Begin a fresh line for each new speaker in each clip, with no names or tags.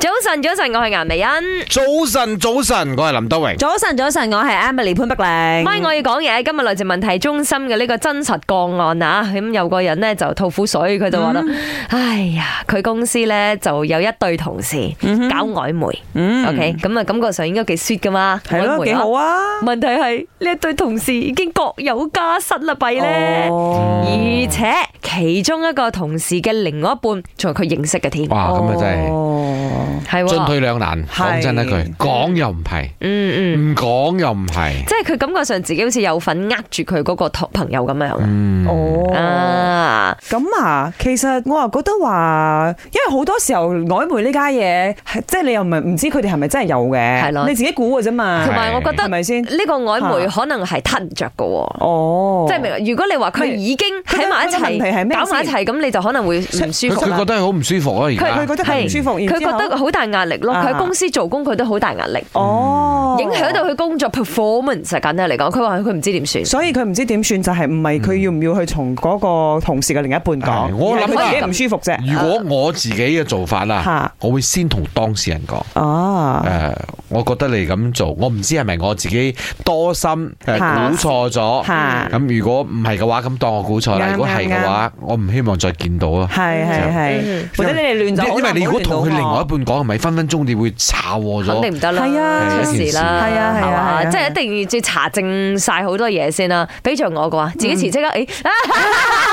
早晨，早晨，我係顏美欣。
早晨，早晨，我係林德榮。
早晨，早晨，我係 Emily 潘碧玲。
咪我要講嘢，今日來自問題中心嘅呢個真實個案啊，咁有個人呢就吐苦水，佢就話
嗯
啦：，哎呀，佢公司呢就有一對同事搞曖昧
嗯
，OK，咁啊感覺上應該幾 sweet 噶嘛，
係
曖
咯，
昧
幾
啊
好。啊。
問題係呢一對同事已經各有家室啦，弊咧。
哦
而且其中一個同事嘅另外一半，仲係佢認識嘅添，
哇，咁啊真
哦
係
係進退
喎，
兩難。講真一句
係，
講又唔係，
嗯嗯。
唔講又唔係。
即係佢感覺上自己好似有份呃住佢嗰個同朋友咁樣啊
嗯，
哦，
啊，
咁啊，其實我又覺得話，因為好多時候曖昧呢家嘢，係即係你又唔係唔知佢哋係咪真係有嘅，
係咯
你自己估嘅啫嘛，
同埋我覺
係
得
咪先？
呢個曖昧可能係吞唔着㗎喎。
哦，
即係明，如果你話佢已經喺埋一
佢嘅問題係
齊，
咩
搞埋一齊，咁你就可能會唔舒
佢
服
佢
啦
覺。得係好唔舒服啊，而
佢
家
覺得佢唔舒服，然
佢
之後
覺得好大壓力咯，
啊
佢喺公司做工佢都好大壓力，
哦，
影響到佢工作 performance。簡啊單嚟講，佢話佢唔知點算。
所以佢唔知點算，就係唔係佢要唔要去從嗰個同事嘅另一半
係
講，
我諗
而
啊
係佢自己唔舒服啫。
如果我自己嘅做法啦
嚇，
我會先同當事人講。
啊哦
誒、，我覺得你咁做，我唔知係咪我自己多心誒、
嚇
估錯咗。
嚇
咁如果唔係嘅話，咁當我估錯啦。
啱
如果係嘅話，我唔希望再見到啊。
係係
嗯
係，或者你哋亂咗，
因為你如果同佢另外一
半，
半講，係咪分分鐘你會炒和
肯
咗？
定唔得啦，
係啊
出事啦，
係啊係啊
係嘛
係啊
即係一定要要查證晒好多嘢先啦。俾着我嘅話，自己辭職啦， 誒，
嗯咁但係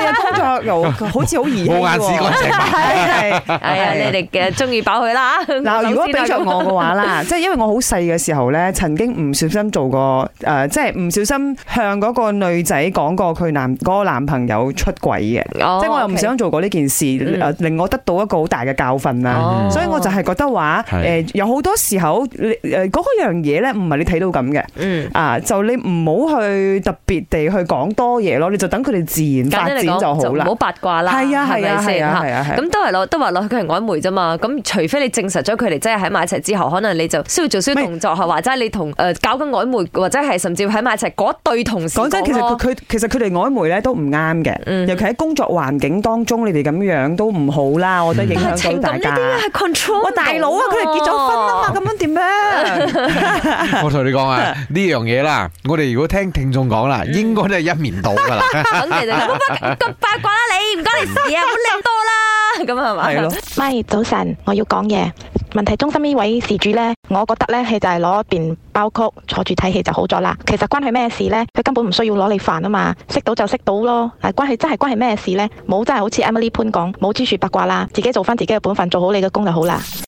你嘅哎工作又 好似好兒戲
冇眼屎乾淨嘛
係係
係啊，你哋嘅中意飽佢啦。
嗱，如果俾着我嘅話 啦，即係因為我好細嘅時候咧，曾經唔小心做過誒、呃即係唔小心向嗰個女仔講過佢男嗰、個男朋友出軌嘅，
哦
即係我又唔
OK
想做過呢件事，
嗯
呃令我得到一個好大嘅教訓啦。
哦
啊所以我就係覺得話，誒、
係
有好多時候，誒嗰樣嘢咧，唔係你睇到咁嘅，
嗯，
啊，就你唔好去特別地去講多嘢咯，你就等佢哋自然
簡
發
單嚟
展就
講
好
就唔
啦
好。八卦啦，
係啊係啊
咪先
係啊
嚇
係啊係啊
咁都係咯，都話落佢係曖昧啫嘛。咁除非你證實咗佢哋真係喺埋一齊之後，可能你就需要做少少動作，係或者你同誒搞緊曖昧，或者係甚至喺埋一齊嗰對同事
講真，其實佢
咯
佢其實佢哋曖昧咧都唔啱嘅，
嗯
尤其喺工作環境當中，你哋咁樣都唔好啦，我覺得影
但係
響
情
到
感
大
呢
家。
啲啊係 control
哇，大佬啊，佢哋結咗婚啊嘛，咁樣點啊？
我同你講啊，呢樣嘢啦，我哋如果聽聽眾講啦，應該都係一面倒噶啦。
肯定就咁咁八卦啦你，唔關你事啊，唔好諗多啦，咁啊係
係
嘛
咯。。
咪早晨，我要講嘢。問題中心呢位事主呢，我覺得呢，佢就係攞電包曲坐住睇戲就好咗啦。其實關佢咩事呢？佢根本唔需要攞你煩啊嘛，識到就識到咯。嗱，關係真係關係咩事呢？冇真係好似 Emily 潘講，冇諸説八卦啦，自己做翻自己嘅本分，做好你嘅工就好啦。